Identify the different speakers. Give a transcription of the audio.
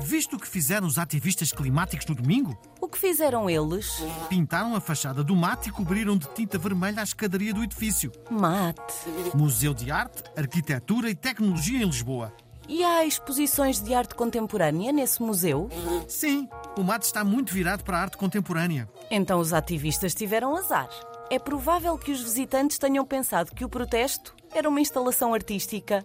Speaker 1: Visto o que fizeram os ativistas climáticos no domingo?
Speaker 2: O que fizeram eles?
Speaker 1: Pintaram a fachada do mato e cobriram de tinta vermelha a escadaria do edifício.
Speaker 2: Mate.
Speaker 1: Museu de Arte, Arquitetura e Tecnologia em Lisboa.
Speaker 2: E há exposições de arte contemporânea nesse museu?
Speaker 1: Sim, o mato está muito virado para a arte contemporânea.
Speaker 2: Então os ativistas tiveram azar. É provável que os visitantes tenham pensado que o protesto era uma instalação artística.